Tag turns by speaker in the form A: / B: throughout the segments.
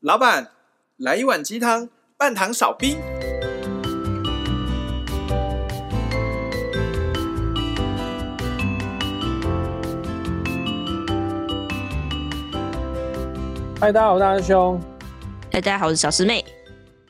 A: 老板，来一碗鸡汤，半糖少冰。
B: 嗨，大家好，我是大师兄，
C: 大家好，我是小师妹。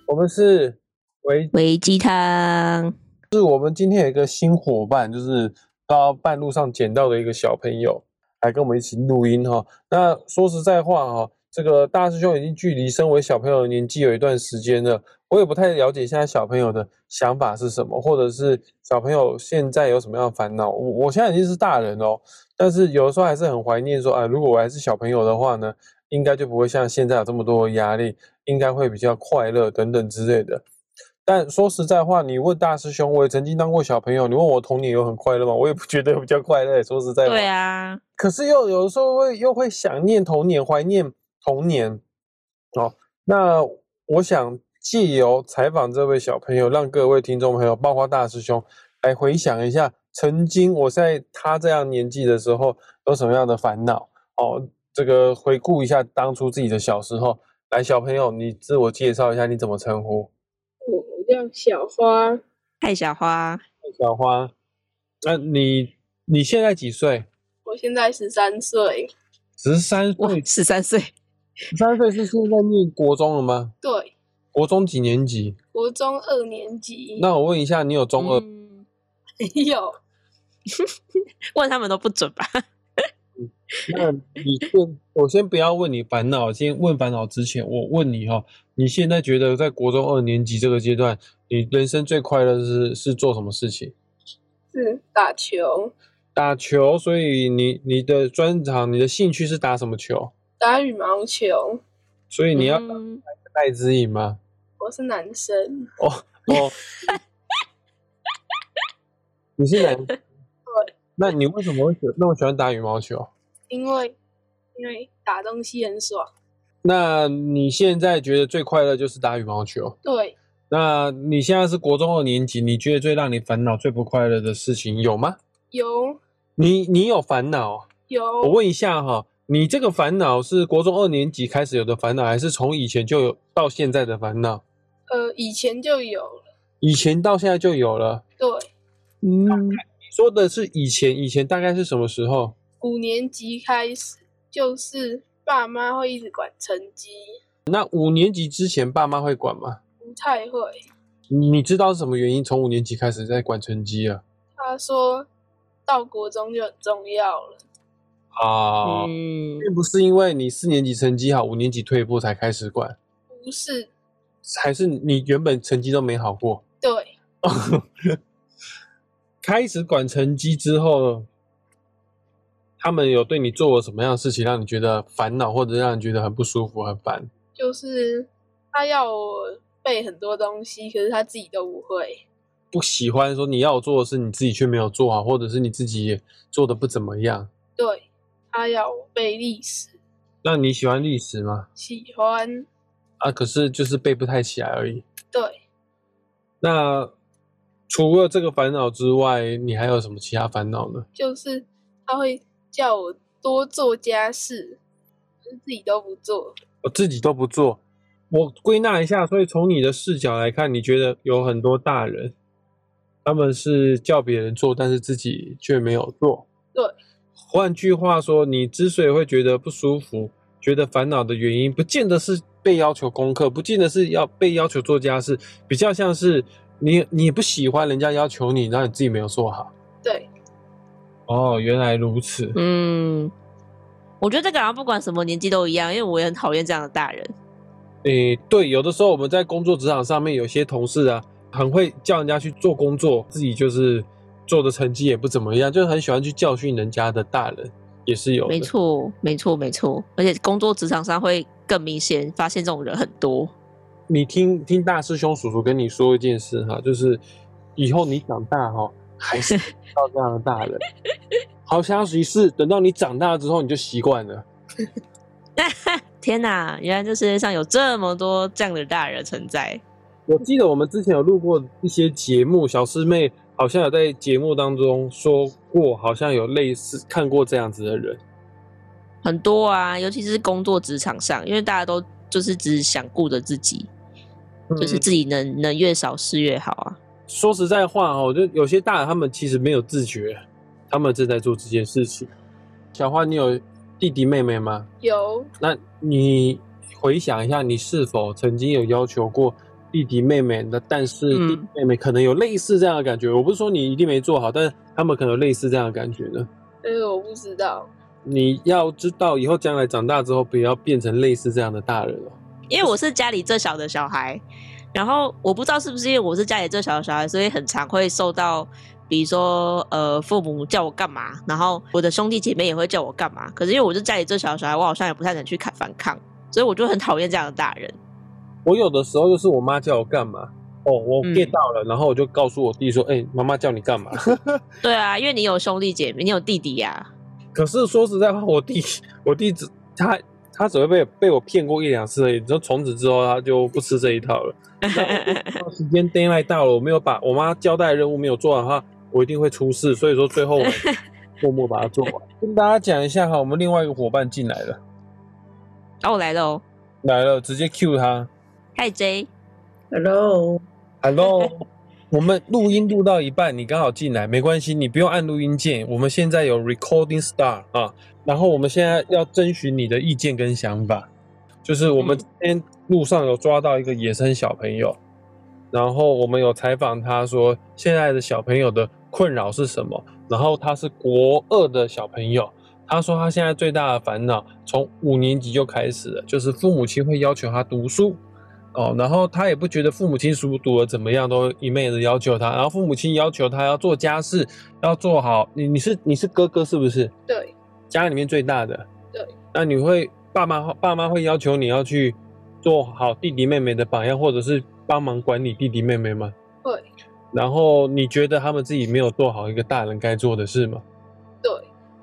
B: 我们是维，
C: 喂，鸡汤，
B: 是我们今天有一个新伙伴，就是到半路上捡到的一个小朋友，来跟我们一起录音哈、那说实在话哈、这个大师兄已经距离身为小朋友的年纪有一段时间了，我也不太了解现在小朋友的想法是什么，或者是小朋友现在有什么样的烦恼。我我现在已经是大人哦，但是有的时候还是很怀念说，啊，如果我还是小朋友的话呢，应该就不会像现在有这么多的压力，应该会比较快乐等等之类的。但说实在话，你问大师兄，我也曾经当过小朋友，你问我童年有很快乐吗？我也不觉得有比较快乐。欸说实在话，
C: 对啊，
B: 可是又有的时候会又会想念童年，怀念童年。哦，那我想借由采访这位小朋友，让各位听众朋友，包括大师兄，来回想一下曾经我在他这样年纪的时候有什么样的烦恼。哦，这个回顾一下当初自己的小时候。来，小朋友，你自我介绍一下，你怎么称呼？
D: 我我叫小花，
C: 太小花，
B: 小花。那、你你现在几岁？
D: 我现在十三岁，
B: 十三
C: 我
B: 岁，
C: 十三岁，
B: 十三岁是现在念国中了吗？
D: 对，
B: 国中几年级？
D: 国中二年级。
B: 那我问一下，你有中二？
C: 嗯
D: 没 有，
C: 问他们都不准吧？
B: 那你现我先不要问你烦恼，先问烦恼之前，我问你哦，你现在觉得在国中二年级这个阶段，你人生最快乐是是做什么事情？
D: 是打球，
B: 打球，所以你你的专长、你的兴趣是打什么球？
D: 打羽毛球。
B: 所以你要
C: 嗯
B: 戴之颖吗？
D: 我是男生，
B: 哦，你是男？对。那你为什么会喜那么喜欢打羽毛球？
D: 因为因为打东西很爽。
B: 那你现在觉得最快乐就是打羽毛球？
D: 对，
B: 那你现在是国中二年级，你觉得最让你烦恼、最不快乐的事情有吗？
D: 有
B: 你你有烦恼？我
D: 有，
B: 问一下哈，你这个烦恼是国中二年级开始有的烦恼，还是从以前就有到现在的烦恼？
D: 呃，以前就有了。
B: 以前到现在就有了。
D: 对，
C: 嗯，
B: 你说的是以前，以前大概是什么时候？
D: 五年级开始就是爸妈会一直管成绩，
B: 那五年级之前爸妈会管吗？
D: 不太会。
B: 你你知道是什么原因从五年级开始在管成绩啊了？
D: 他说到国中就很重要了。
B: 啊，
C: 嗯
B: 并不是因为你四年级成绩好，五年级退步才开始管，
D: 不是，
B: 还是你原本成绩都没好过？
D: 对，
B: 开始管成绩之后，他们有对你做了什么样的事情，让你觉得烦恼，或者让你觉得很不舒服、很烦？
D: 就是他要我背很多东西，可是他自己都不会。
B: 不喜欢说你要做的事，你自己却没有做啊好，或者是你自己也做的不怎么样。
D: 对，他要我背历史，
B: 那你喜欢历史吗？
D: 喜欢。
B: 啊，可是就是背不太起来而已。
D: 对，
B: 那除了这个烦恼之外，你还有什么其他烦恼呢？
D: 就是他会叫我多做家事，可是自己都不做。
B: 我自己都不做。我归纳一下，所以从你的视角来看，你觉得有很多大人，他们是叫别人做，但是自己却没有做。
D: 对，
B: 换句话说，你之所以会觉得不舒服、觉得烦恼的原因，不见得是被要求功课，不见得是要被要求做家事，比较像是你你不喜欢人家要求你，然后你自己没有做好。
D: 对，
B: 哦，原来如此。
C: 嗯，我觉得这个好像不管什么年纪都一样，因为我也很讨厌这样的大人。
B: 诶，对，有的时候我们在工作职场上面，有些同事啊，很会叫人家去做工作，自己就是做的成绩也不怎么样，就很喜欢去教训人家的大人，也是有的。
C: 没，错，没错，没错，而且工作职场上会更明显发现这种人很多。
B: 你听听大师兄叔叔跟你说一件事哈，就是以后你长大哈，还 是遇到这样的大人。好消息是，等到你长大之后，你就习惯了。
C: 天哪，原来这世界上有这么多这样的大人存在。
B: 我记得我们之前有录过一些节目，小师妹好像有在节目当中说过，好像有类似看过这样子的人。
C: 很多啊，尤其是工作职场上，因为大家都就是只想顾着自己，就是
B: 嗯
C: 自己能能越少事越好啊。
B: 说实在话哦，就有些大人他们其实没有自觉，他们正在做这件事情。小花，你有弟弟妹妹吗？
D: 有
B: 那你回想一下，你是否曾经有要求过弟弟妹妹的？但是
C: 嗯
B: 弟弟妹妹可能有类似这样的感觉。我不是说你一定没做好，但是他们可能有类似这样的感觉呢。
D: 但是我不知道，
B: 你要知道，以后将来长大之后，不要变成类似这样的大人哦。
C: 因为我是家里最小的小孩，然后我不知道是不是因为我是家里最小的小孩，所以很常会受到，比如说呃父母叫我干嘛，然后我的兄弟姐妹也会叫我干嘛。可是因为我是家里最小的小孩，我好像也不太能去看反抗，所以我就很讨厌这样的大人。
B: 我有的时候就是我妈叫我干嘛，哦，我
C: 嗯
B: get 到了，然后我就告诉我弟说：“哎、妈妈叫你干嘛？”
C: 对啊，因为你有兄弟姐妹，你有弟弟啊呀、
B: 可是说实在话，我弟，我弟只他他只会被被我骗过一两次而已，然后从此之后他就不吃这一套了。那时间 d a y l i g h t 到了，我没有把我妈交代的任务没有做完的话，我一定会出事。所以说最后我默默把它做完。跟大家讲一下哈，我们另外一个伙伴进来了，
C: 哦，我来了哦，
B: 来了直接 Q 他
C: 嗨 J，
E: Hello，
B: ，Hello。我们录音录到一半，你刚好进来，没关系，你不用按录音键。我们现在有 Recording Star 啊，然后我们现在要征询你的意见跟想法。就是我们今天路上有抓到一个野生小朋友，然后我们有采访他说现在的小朋友的困扰是什么，然后他是国二的小朋友，他说他现在最大的烦恼从五年级就开始了，就是父母亲会要求他读书。哦，然后他也不觉得父母亲读读的怎么样，都一昧的要求他。然后父母亲要求他要做家事，要做好。你你是你是哥哥是不是？
D: 对，
B: 家里面最大的。
D: 对。
B: 那你会爸妈爸妈会要求你要去做好弟弟妹妹的榜样，或者是帮忙管理弟弟妹妹吗？
D: 会。
B: 然后你觉得他们自己没有做好一个大人该做的事吗？
D: 对，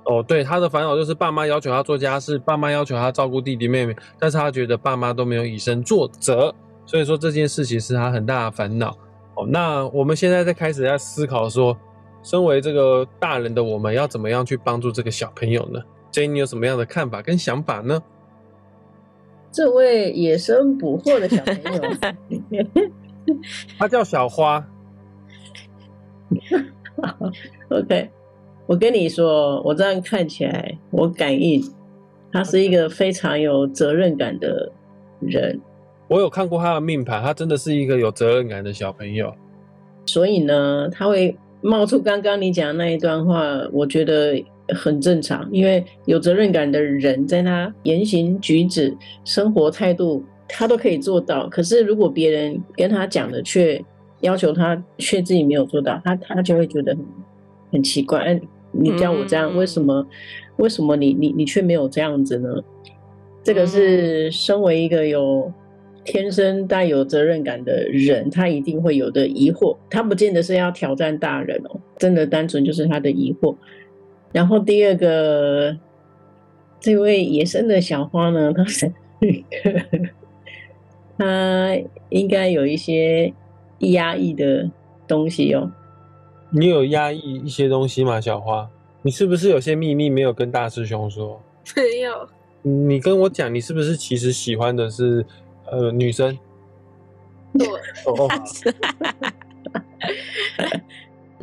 B: 哦，对，他的烦恼就是爸妈要求他做家事，爸妈要求他照顾弟弟妹妹，但是他觉得爸妈都没有以身作则，所以说这件事情是他很大的烦恼。哦，那我们现在在开始在思考说，身为这个大人的我们要怎么样去帮助这个小朋友呢？J，你有什么样的看法跟想法呢？
E: 这位野生捕获的小朋友，
B: 他叫小花，
E: OK，我跟你说，我这样看起来，我感应他是一个非常有责任感的人，
B: 我有看过他的命盘，他真的是一个有责任感的小朋友。
E: 所以呢，他会冒出刚刚你讲的那一段话，我觉得很正常，因为有责任感的人，在他言行举止、生活态度，他都可以做到。可是如果别人跟他讲的却要求他，却自己没有做到，他他就会觉得很很奇怪。哎，你叫我这样，
C: 嗯
E: 为什么？为什么你你你却没有这样子呢？这个是身为一个有天生带有责任感的人，他一定会有的疑惑。他不见得是要挑战大人哦，真的单纯就是他的疑惑。然后第二个，这位野生的小花呢，她是一个，她应该有一些压抑的东西哦。
B: 你有压抑一些东西吗，小花？你是不是有些秘密没有跟大师兄说？
D: 没有，
B: 你跟我讲，你是不是其实喜欢的是呃女生？
D: 对，
B: 哦哦，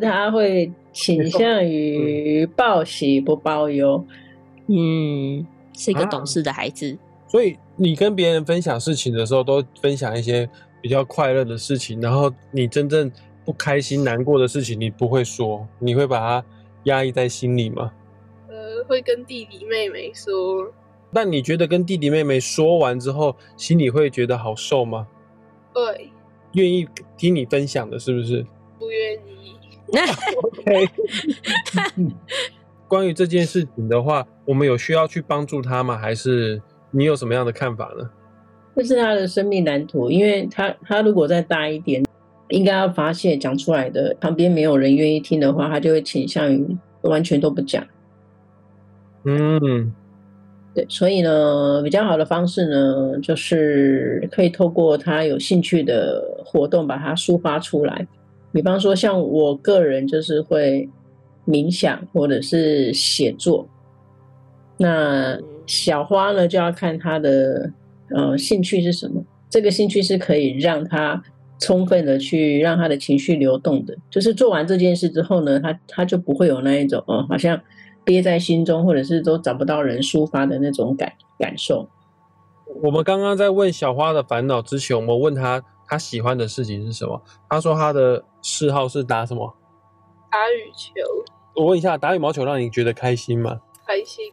E: 他会倾向于报喜不报忧，
C: 嗯，是一个
B: 啊
C: 懂事的孩子，
B: 所以你跟别人分享事情的时候，都分享一些比较快乐的事情，然后你真正不开心、难过的事情，你不会说，你会把它压抑在心里吗？
D: 呃，会跟弟弟妹妹说
B: 那你觉得跟弟弟妹妹说完之后，心里会觉得好受吗？
D: 会，
B: 愿意听你分享的，是不是？
D: 不愿意，
B: OK，关于这件事情的话，我们有需要去帮助他吗？还是你有什么样的看法呢？
E: 这是他的生命蓝图。因为他他如果再大一点，应该要发泄讲出来的，旁边没有人愿意听的话，他就会倾向于完全都不讲。
B: 嗯，
E: 对，所以呢，比较好的方式呢，就是可以透过他有兴趣的活动把它抒发出来。比方说，像我个人就是会冥想或者是写作。那小花呢，就要看她的呃兴趣是什么，这个兴趣是可以让他充分的去让他的情绪流动的。就是做完这件事之后呢，他他就不会有那一种哦、呃，好像憋在心中，或者是都找不到人抒发的那种感感受。
B: 我们刚刚在问小花的烦恼之前，我们问她她喜欢的事情是什么？她说她的嗜好是打什么？
D: 打羽球
B: 我问一下，打羽毛球让你觉得开心吗？
D: 开心，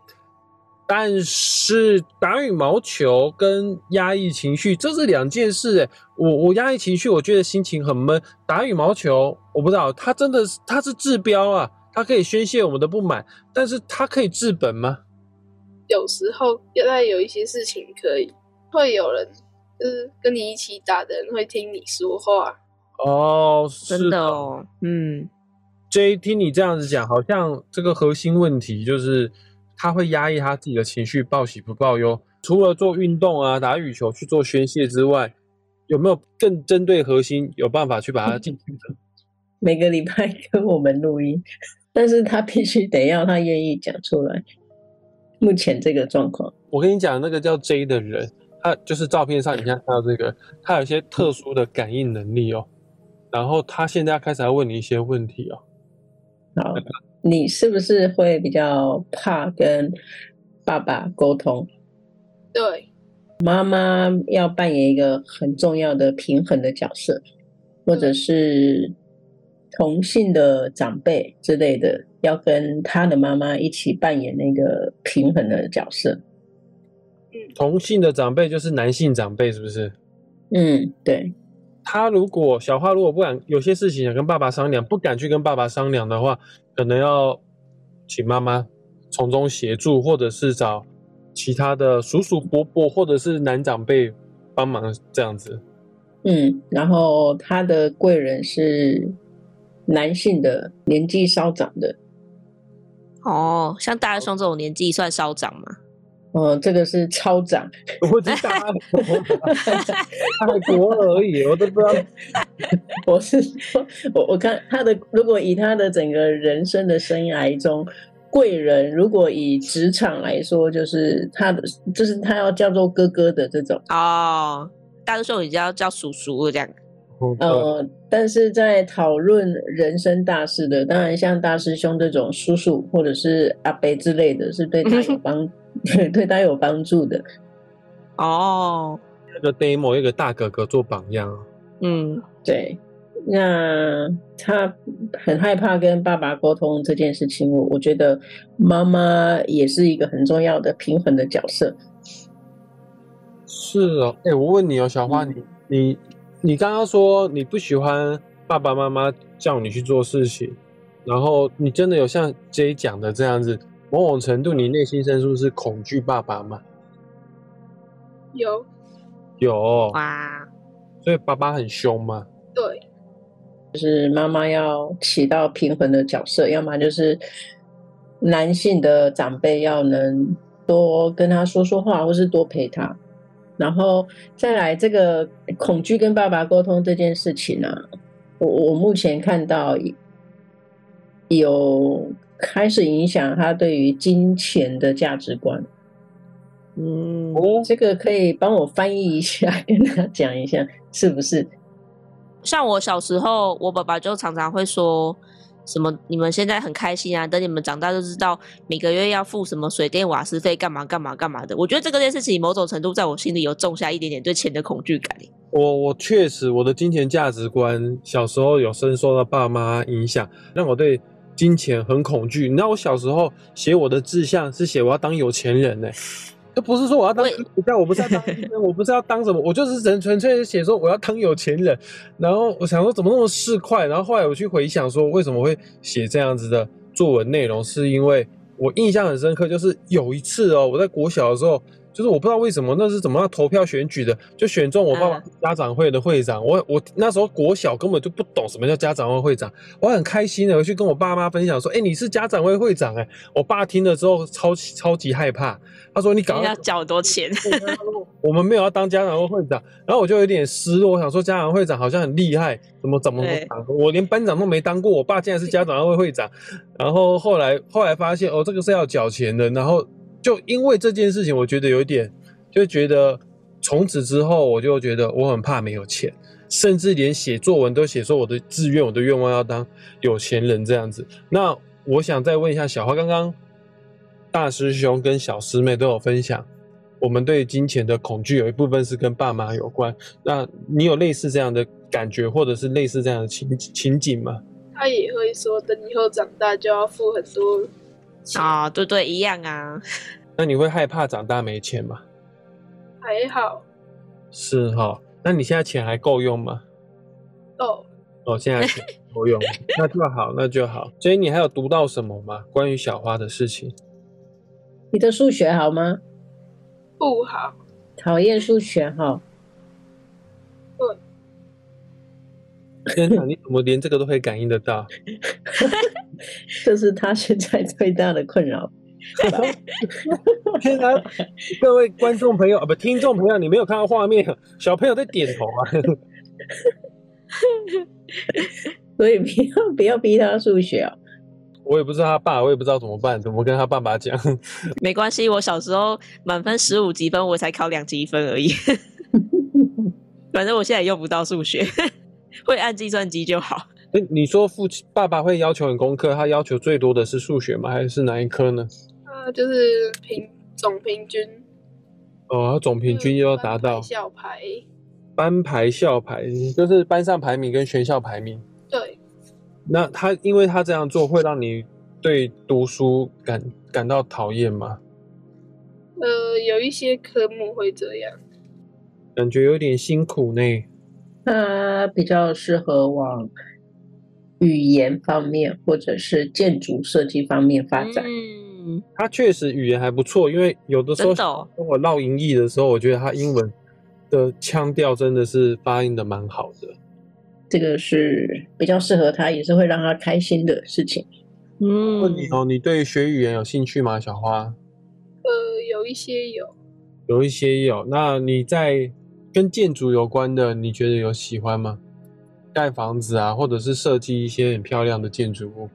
B: 但是打羽毛球跟压抑情绪这是两件事欸。我我压抑情绪，我觉得心情很闷。打羽毛球，我不知道，它真的是它是治标啊，它可以宣泄我们的不满，但是它可以治本吗？
D: 有时候要在有一些事情可以，会有人就是跟你一起打的人会听你说话，
B: 哦，
C: 真
B: 是
C: 的哦，嗯，
B: J 听你这样子讲，好像这个核心问题就是他会压抑他自己的情绪，报喜不报忧。除了做运动啊、打羽球去做宣泄之外，有没有更针对核心有办法去把它进行的？
E: 每个礼拜跟我们录音，但是他必须得要他愿意讲出来。目前这个状况，
B: 我跟你讲，那个叫 J 的人，他就是照片上你现在看到这个，他有一些特殊的感应能力哦。然后他现在开始要问你一些问题哦。
E: 好，你是不是会比较怕跟爸爸沟通？
D: 对，
E: 妈妈要扮演一个很重要的平衡的角色，或者是同性的长辈之类的，要跟他的妈妈一起扮演那个平衡的角色。
B: 同性的长辈就是男性长辈，是不是？
E: 嗯，对，
B: 他如果小花如果不敢有些事情想跟爸爸商量，不敢去跟爸爸商量的话，可能要请妈妈从中协助，或者是找其他的叔叔伯伯或者是男长辈帮忙这样子。
E: 嗯，然后他的贵人是男性的，年纪稍长的。
C: 哦，像大师兄这种年纪算稍长嘛？
E: 哦，这个是超长，
B: 我知道，泰国而已，我都不知道。
E: 我是说，我我看他的，如果以他的整个人生的生涯中，贵人如果以职场来说，就是他的，就是他要叫做哥哥的这种，
C: 哦，大师兄已经要叫叔叔了这样。
E: 呃，但是在讨论人生大事的，当然像大师兄这种叔叔或者是阿伯之类的，是对他有帮， 对他有帮助的。
C: 哦，
B: 那个 demo 一个大哥哥做榜样啊，
C: 嗯，
E: 对，那他很害怕跟爸爸沟通这件事情，我我觉得妈妈也是一个很重要的平衡的角色。
B: 是哦，哎、我问你哦，小花，
E: 嗯
B: 你你你刚刚说你不喜欢爸爸妈妈叫你去做事情，然后你真的有像 J 讲的这样子，某种程度你内心深处是恐惧爸爸吗？
D: 有
B: 有哦，
C: 哇，
B: 所以爸爸很凶吗？
D: 对
E: 就是妈妈要起到平衡的角色，要么就是男性的长辈要能多跟他说说话，或是多陪他。然后再来这个恐惧跟爸爸沟通这件事情啊，我我目前看到有开始影响他对于金钱的价值观。
C: 嗯，
B: 哦，
E: 这个可以帮我翻译一下， 跟他讲一下是不是？
C: 像我小时候，我爸爸就常常会说什么“你们现在很开心啊，等你们长大就知道每个月要付什么水电瓦斯费，干嘛干嘛干嘛的。”我觉得这个件事情某种程度在我心里有种下一点点对钱的恐惧感。
B: 我我确实我的金钱价值观小时候有深受到爸妈影响，让我对金钱很恐惧。你知道我小时候写我的志向是写我要当有钱人呢、就不是说我要当
C: 喂
B: 科学家，我不是要当医生，我不是要当什么，我就是纯纯粹写说我要当有钱人。然后我想说怎么那么市侩，然后后来我去回想说为什么会写这样子的作文内容，是因为我印象很深刻，就是有一次哦，我在国小的时候，就是我不知道为什么那是怎么样投票选举的，就选中我爸爸
C: 嗯
B: 家长会的会长。我我那时候国小根本就不懂什么叫家长会会长，我很开心的去跟我爸妈分享说，哎、你是家长会会长哎、我爸听了之后超级超级害怕，他说你
C: 因
B: 搞
C: 为
B: 到
C: 要缴很多 钱，
B: 我们没有要当家长会会长，然后我就有点失落，我想说家长会长好像很厉害，怎么怎么
C: 对
B: 长，我连班长都没当过，我爸竟然是家长会会长，然后后来后来发现哦，这个是要缴钱的，然后就因为这件事情，我觉得有一点就觉得从此之后，我就觉得我很怕没有钱，甚至连写作文都写说我的志愿、我的愿望要当有钱人这样子。那我想再问一下小花，刚刚大师兄跟小师妹都有分享，我们对金钱的恐惧有一部分是跟爸妈有关。那你有类似这样的感觉，或者是类似这样的情情景吗？
D: 他也会说，等以后长大就要付很多钱，
C: 啊、对对，一样啊。
B: 那你会害怕长大没钱吗？
D: 还好
B: 是哈、那你现在钱还够用吗？
D: 哦。
B: 哦，现在 钱够用，那就好，那就好。所以你还有读到什么吗？关于小花的事 情？
E: 你的数学好吗？
D: 不好，
E: 讨厌数学哈，
B: 天哪，你怎么连这个都可以感应得 到？
E: 这是他现在最大的困扰。
B: 天哪，各位观众朋友啊，不，听众朋友，你没有看到画面，小朋友在点头啊。
E: 所以不要不要逼他数学哦。
B: 我也不知道他爸，我也不知道怎么办，怎么跟他爸爸讲。
C: 没关系，我小时候满分十五几分，我才考两级分 而已。反正我现在也用不到数学， 会按计算机就好。
B: 诶你说父亲爸爸会要求你功课，他要求最多的是数学吗？还是哪一科呢？
D: 他就是平总平均，
B: 哦，他总平均又要达到
C: 嗯
D: 班排校排，
B: 班排、校排，就是班上排名跟学校排名。
D: 对，
B: 那他因为他这样做，会让你对读书感感到讨厌吗？
D: 呃，有一些科目会这样，
B: 感觉有点辛苦呢。
E: 他比较适合往语言方面或者是建筑设计方面发展。
C: 嗯，
B: 他确实语言还不错，因为有的时候
C: 真的哦
B: 跟我唠音译的时候，我觉得他英文的腔调真的是发音的蛮好的。
E: 这个是比较适合他，也是会让他开心的事情。
B: 问你
C: 嗯，
B: 哦，你对学语言有兴趣吗，小花？
D: 呃，有一些有，
B: 有一些有。那你在跟建筑有关的，你觉得有喜欢吗？盖房子啊，或者是设计一些很漂亮的建筑物。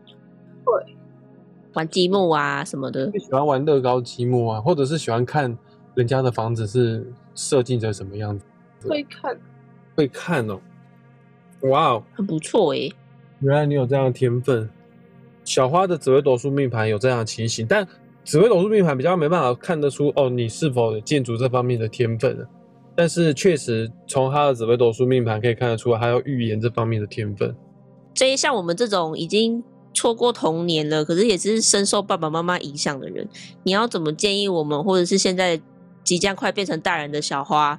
C: 玩积木啊什么的
B: 会，喜欢玩乐高积木啊，或者是喜欢看人家的房子是设计成什么样子，
D: 会看，
B: 会看哦。哇哦，
C: 很不错欸诶、
B: 原来你有这样的天分。小花的紫微斗数命盘有这样的情形，但紫微斗数命盘比较没办法看得出哦，你是否有建筑这方面的天分啊但是确实从他的紫微斗数命盘可以看得出来，他有预言这方面的天分。
C: 这像我们这种已经错过童年了，可是也是深受爸爸妈妈影响的人，你要怎么建议我们，或者是现在即将快变成大人的小花，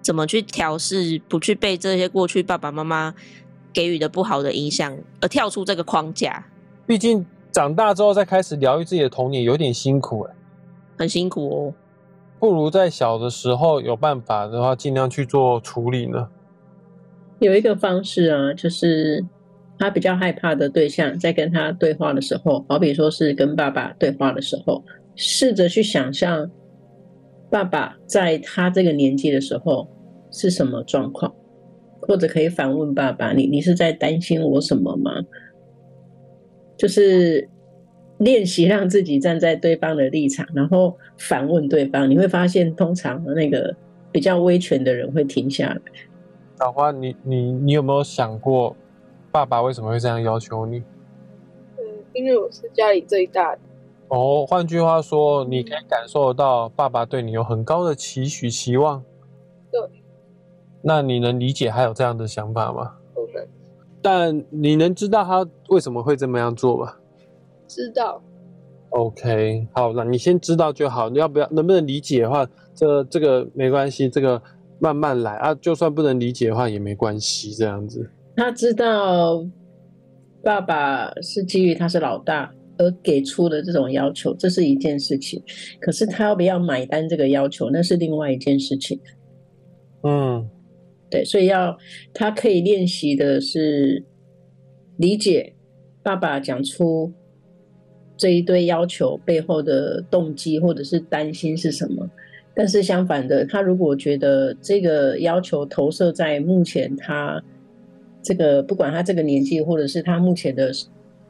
C: 怎么去调试，不去被这些过去爸爸妈妈给予的不好的影响，而跳出这个框架，
B: 毕竟长大之后再开始疗愈自己的童年，有点辛苦哎、
C: 很辛苦哦。
B: 不如在小的时候有办法的话，尽量去做处理呢。
E: 有一个方式啊，就是他比较害怕的对象在跟他对话的时候，好比说是跟爸爸对话的时候，试着去想象爸爸在他这个年纪的时候是什么状况，或者可以反问爸爸：“你你是在担心我什么吗？”就是练习让自己站在对方的立场，然后反问对方，你会发现，通常那个比较威权的人会停下来。
B: 小花，你你你有没有想过，爸爸为什么会这样要求你？
D: 嗯，因为我是家里最大的，
B: 哦，换句话说，你可以感受得到爸爸对你有很高的期许、期望。
D: 对。
B: 那你能理解他有这样的想法吗？
D: 不能
B: 但你能知道他为什么会这么样做吧
D: 知道，
B: ？OK，好，那你先知道就好。你要不要能不能理解的话，这这个没关系，这个慢慢来啊。就算不能理解的话也没关系，这样子。
E: 他知道爸爸是基于他是老大而给出的这种要求，这是一件事情。可是他要不要买单这个要求，那是另外一件事情。
B: 嗯，
E: 对，所以要他可以练习的是理解爸爸讲出这一堆要求背后的动机或者是担心是什么。但是相反的，他如果觉得这个要求投射在目前他这个不管他这个年纪，或者是他目前的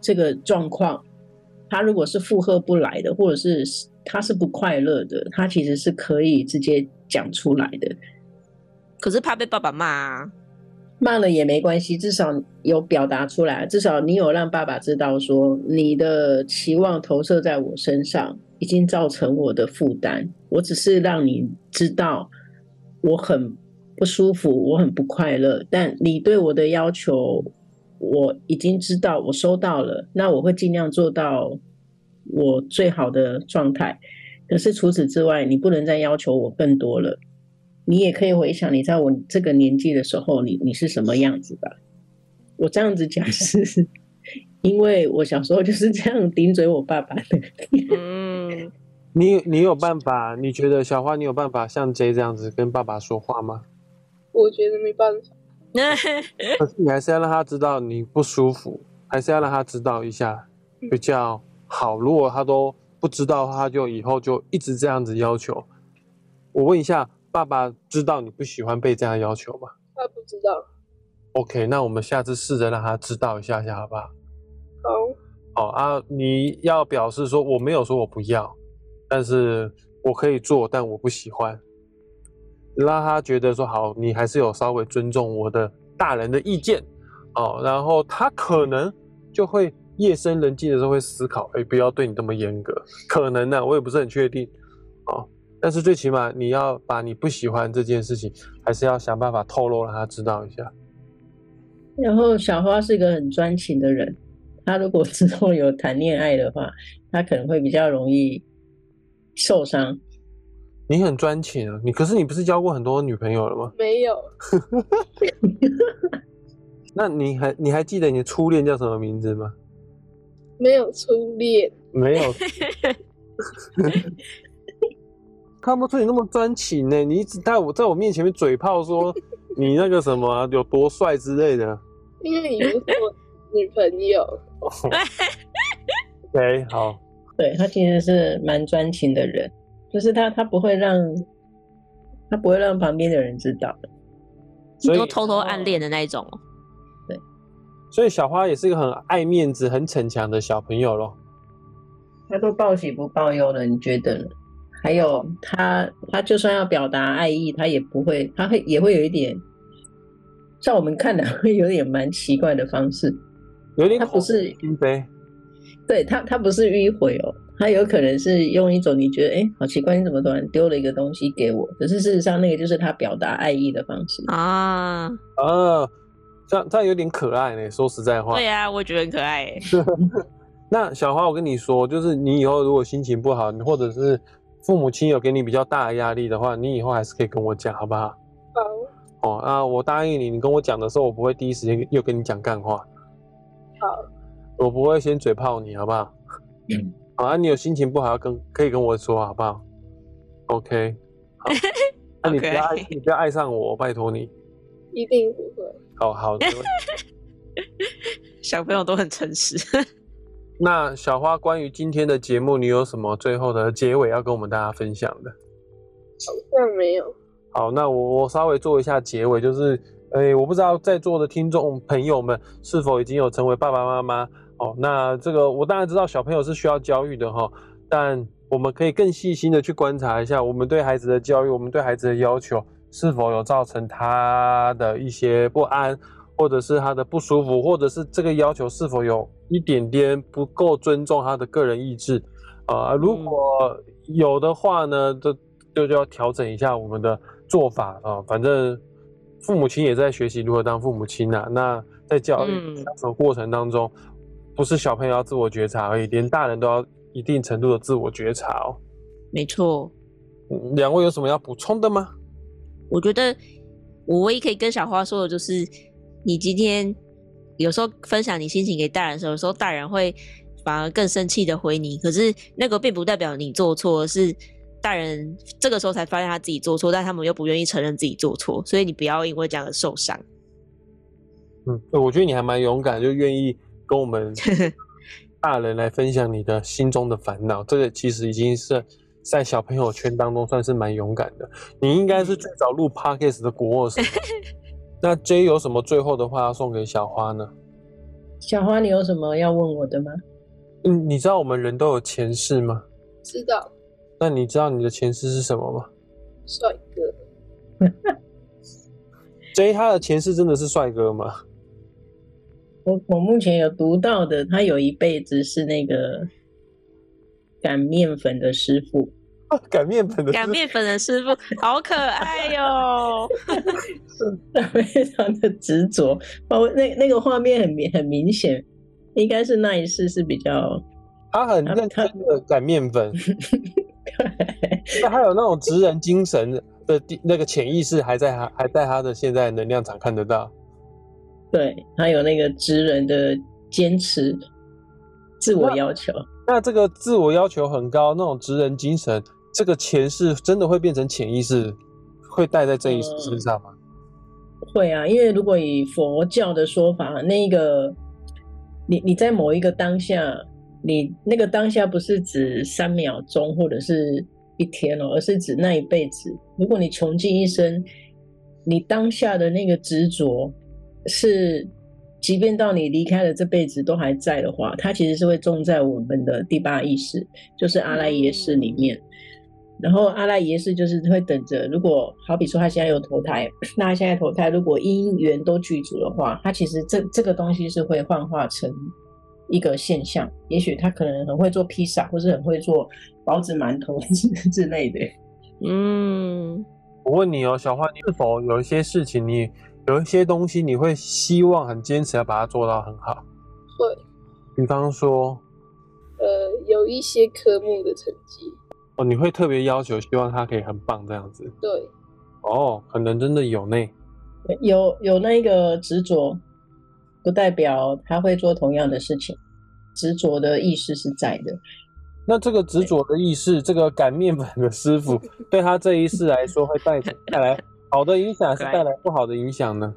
E: 这个状况，他如果是负荷不来的，或者是他是不快乐的，他其实是可以直接讲出来的。
C: 可是怕被爸爸骂啊。
E: 骂了也没关系，至少有表达出来，至少你有让爸爸知道说你的期望投射在我身上，已经造成我的负担。我只是让你知道我很不舒服，我很不快乐，但你对我的要求我已经知道，我收到了，那我会尽量做到我最好的状态。可是除此之外，你不能再要求我更多了。你也可以回想你在我这个年纪的时候，你你是什么样子吧。我这样子讲是， 因为我小时候就是这样顶嘴我爸爸的。
C: 嗯，
B: 你你有办法？你觉得小花你有办法像 J 这样子跟爸爸说话吗？
D: 我觉得没办法，
B: 可是你还是要让他知道你不舒服，还是要让他知道一下比较好。如果他都不知道的话，他就以后就一直这样子要求。我问一下，爸爸知道你不喜欢被这样要求吗
D: 他不知道。
B: ？OK，那我们下次试着让他知道一下下，好不好？
D: 好，
B: 好啊，你要表示说我没有说我不要，但是我可以做，但我不喜欢，让他觉得说好，你还是有稍微尊重我的大人的意见哦，然后他可能就会夜深人静的时候会思考，哎，不要对你这么严格，可能呢、啊我也不是很确定哦，但是最起码你要把你不喜欢这件事情，还是要想办法透露让他知道一下。
E: 然后小花是个很专情的人，她如果之后有谈恋爱的话，她可能会比较容易受伤。
B: 你很专情啊，你可是你不是交过很多女朋友了吗？
D: 没有，
B: 那你还你还记得你的初恋叫什么名字吗？
D: 没有初恋，
B: 没有，看不出你那么专情呢。你一直在我在我面前面嘴炮说你那个什么啊、有多帅之类的。
D: 因为你不是我女朋友。
B: OK，好，
E: 对他其实是蛮专情的人，就是他他不会让他不会让旁边的人知道的。
C: 你
B: 所以
C: 都偷偷暗恋的那一种哦。
B: 所以小花也是一个很爱面子、很逞强的小朋友咯。
E: 他都报喜不报忧了，你觉得呢？还有他他就算要表达爱意，他也不会，他会也会有一点，在我们看来会有点蛮奇怪的方式。
B: 有点
E: 他
B: 口
E: 不是
B: 是心非，
E: 对他，他不是迂回哦，他有可能是用一种你觉得，哎，好奇怪，你怎么突然丢了一个东西给我？可是事实上，那个就是他表达爱意的方式。
C: 啊，
B: 啊，这样这样有点可爱呢。说实在话，
C: 对啊，我觉得很可爱欸。
B: 那小花，我跟你说，就是你以后如果心情不好，或者是父母亲有给你比较大的压力的话，你以后还是可以跟我讲，好不好？
D: 好，
B: 哦啊，我答应你，你跟我讲的时候，我不会第一时间又跟你讲干话。
D: 好，
B: 我不会先嘴炮你，好不好？
E: 嗯
B: 好啊，你有心情不好跟可以跟我说，好不好？OK，好，那、你不要爱
C: OK
B: 你不要爱上我，拜托你。
D: 一定不会。
B: 哦，好。没问题
C: 小朋友都很诚实。
B: 那小花，关于今天的节目，你有什么最后的结尾要跟我们大家分享的？
D: 但没有，
B: 好，那我我稍微做一下结尾，就是，诶、我不知道在座的听众朋友们是否已经有成为爸爸妈妈哦。那这个我当然知道小朋友是需要教育的哈、但我们可以更细心的去观察一下，我们对孩子的教育，我们对孩子的要求是否有造成他的一些不安，或者是他的不舒服，或者是这个要求是否有一点点不够尊重他的个人意志。啊、如果有的话呢，就就就要调整一下我们的做法啊、反正父母亲也在学习如何当父母亲呐、那在教育
C: 嗯
B: 相处的过程当中，不是小朋友要自我觉察而已，连大人都要一定程度的自我觉察哦。
C: 没错，
B: 嗯两位有什么要补充的吗？
C: 我觉得我唯一可以跟小花说的就是，你今天有时候分享你心情给大人的时候，有时候大人会反而更生气的回你，可是那个并不代表你做错，是大人这个时候才发现他自己做错，但他们又不愿意承认自己做错，所以你不要因为这样而受伤。
B: 嗯，对我觉得你还蛮勇敢，就愿意跟我们大人来分享你的心中的烦恼，这个其实已经是在小朋友圈当中算是蛮勇敢的。你应该是最早录 podcast 的国二生。那 J 有什么最后的话要送给小花呢？
E: 小花，你有什么要问我的吗？
B: 嗯，你知道我们人都有前世吗？
D: 知道
B: 那你知道你的前世是什么吗？
D: 帅哥，
B: J 他的前世真的是帅哥吗？
E: 我我目前有读到的，他有一辈子是那个擀面粉的师傅，
B: 擀面粉的
C: 擀面粉的 师傅好可爱哟、
E: 他非常的执着。哦，那那个画面很明很明显，应该是那一世是比较，
B: 他很认真的擀面粉，那他有那种职人精神的地那个潜意识还在还还在他的现在能量场看得到。
E: 对他有那个职人的坚持、自我要求。
B: 那这个自我要求很高，那种职人精神，这个前世真的会变成潜意识，会带在这一世身上吗？
E: 会啊，因为如果以佛教的说法，那个你你在某一个当下，你那个当下不是指三秒钟或者是一天哦，而是指那一辈子。如果你穷尽一生，你当下的那个执着是，即便到你离开了这辈子都还在的话，它其实是会种在我们的第八意识，就是阿赖耶识里面。然后阿赖耶识就是会等着，如果好比说他现在有投胎，那他现在投胎如果因缘都具足的话，他其实这这个东西是会幻化成一个现象。也许他可能很会做披萨，或是很会做包子、馒头 之之类的。
C: 嗯，
B: 我问你哦，小花，你是否有一些事情你，有一些东西，你会希望很坚持要把它做到很好？
D: 会
B: 比方说，
D: 呃有一些科目的成绩，
B: 哦，你会特别要求，希望它可以很棒这样子。
D: 对，
B: 哦，可能真的有呢。
E: 有有那个执着，不代表他会做同样的事情。执着的意识是在的，
B: 那这个执着的意识，这个擀面粉的师傅，对他这一世来说会带带来好的影响，还是带来不好的影响呢？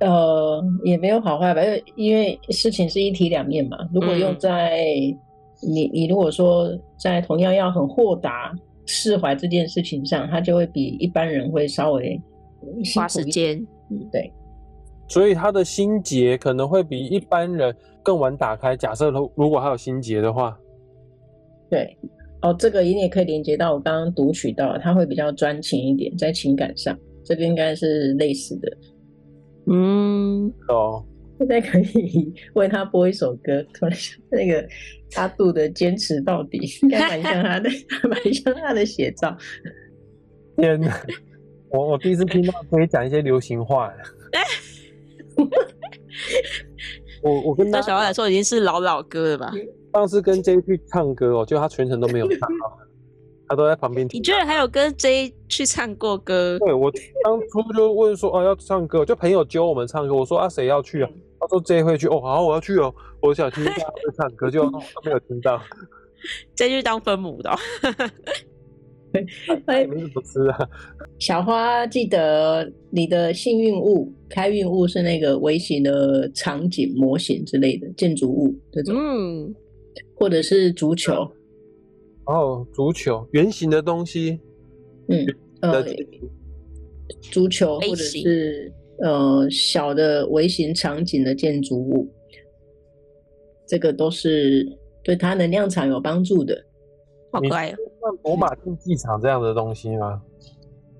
E: 呃，也没有好坏吧，因为因为事情是一体两面嘛。如果用
C: 嗯
E: 在、你你如果说在同样要很豁达释怀这件事情上，他就会比一般人会稍微辛
C: 花
E: 苦
C: 时
E: 一点。
C: 间。
E: 对，
B: 所以他的心结可能会比一般人更晚打开。假设如如果他有心结的话，
E: 对，哦，这个你也可以连接到我刚刚读取到的，他会比较专情一点，在情感上，这个应该是类似的。
C: 嗯，
B: 哦，
E: 现在可以为他播一首歌，突然想那个阿杜的坚持到底，应该蛮像他的，蛮像他的写照。
B: 天哪！ 我我第一次听到可以讲一些流行话。 我我跟
C: 对
B: 他
C: 小花来说已经是老老歌了吧？
E: 嗯
B: 上次跟 J 去唱歌哦，就他全程都没有唱 哦，他都在旁边
C: 你
B: 听。
C: 居然还有跟 J 去唱过歌？
B: 对我当初就问说啊要唱歌，就朋友揪我们唱歌，我说啊谁要去啊？他说 J 会去哦，好我要去哦，我想听一下他会唱歌， 就都没有听到，
C: j 去当分母的哦、
E: 哎
B: 你，们怎么吃啊？
E: 小花，记得你的幸运物、开运物是那个微型的场景模型之类的建筑物这种，
C: 嗯，
E: 或者是足球，
B: 哦，足球圆形的东西，
E: 嗯，呃
B: 的，
E: 足球
C: 类
E: 或者
C: 型
E: 是呃小的微型场景的建筑物，这个都是对它能量场有帮助的。
C: 好可爱、哦。
B: 像罗马竞技场这样的东西吗？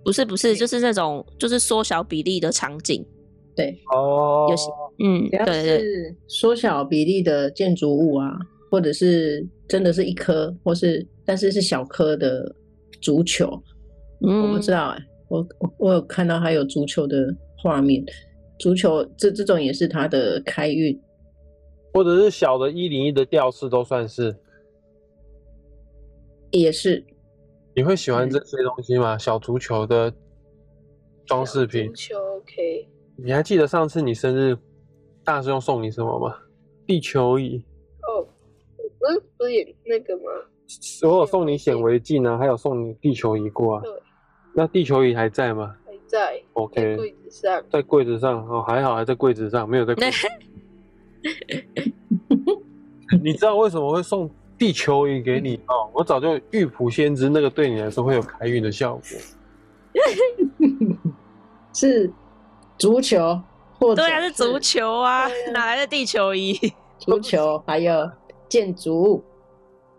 C: 不是不是，就是那种就是缩小比例的场景。
B: 哦，
C: 有形嗯，
E: 只
C: 对
E: 要
C: 对对，
E: 是缩小比例的建筑物啊，或者是真的是一颗，或是但是是小颗的足球，我不
C: 嗯
E: 知，道哎、我我我有看到还有足球的画面，足球这这种也是它的开运，
B: 或者是小的一零一的吊饰都算是。
E: 也是
B: 你会喜欢这些东西吗？小足球的装饰品
D: 足，球 OK，
B: 你还记得上次你生日，大师兄送你什么吗？地球仪，
D: 哦，不是不是也那个吗？
B: 我有送你显微镜啊，还有送你地球仪过啊。
D: 对，
B: 那地球仪还在吗
D: 还在在柜
B: ？OK，
D: 子上，
B: 在柜子上哦，还好还在柜子上，没有在柜子。你知道为什么会送地球仪给你哦？我早就预卜先知，那个对你来说会有开运的效果。
E: 是足球或者
C: 对啊，是足球啊，哪来的地球仪？
E: 足球，还有建筑物。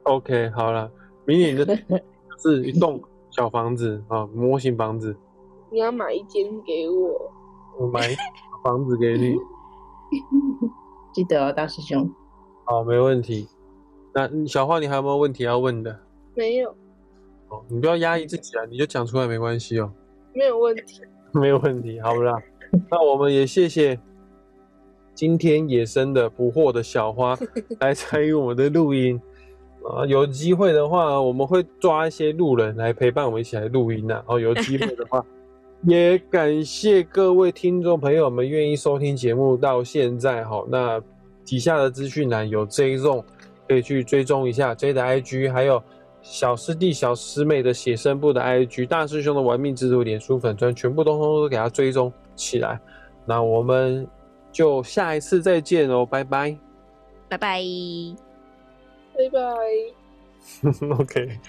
B: OK，好了，迷你的就是一栋小房子 啊，模型房子，
D: 你要买一间给我，
B: 我买一房子给你，
E: 记得哦，大师兄。
B: 好，哦没问题。那嗯小花，你还有没有问题要问的？
D: 没有，
B: 哦，你不要压抑自己啊，你就讲出来没关系哦，
D: 没有问题。
B: 没有问题，好不啦？那我们也谢谢今天野生的捕获的小花来参与我们的录音啊，有机会的话，我们会抓一些路人来陪伴我们一起来录音呐、哦，有机会的话。也感谢各位听众朋友们愿意收听节目到现在哈、那底下的资讯栏有追踪，可以去追踪一下 J 的 IG，还有小师弟、小师妹的写生部的 IG，大师兄的玩命之徒脸书粉砖，全部通通都给他追踪起来。那我们就下一次再见哦，拜拜。
C: 拜拜。
D: 拜拜。
B: OK。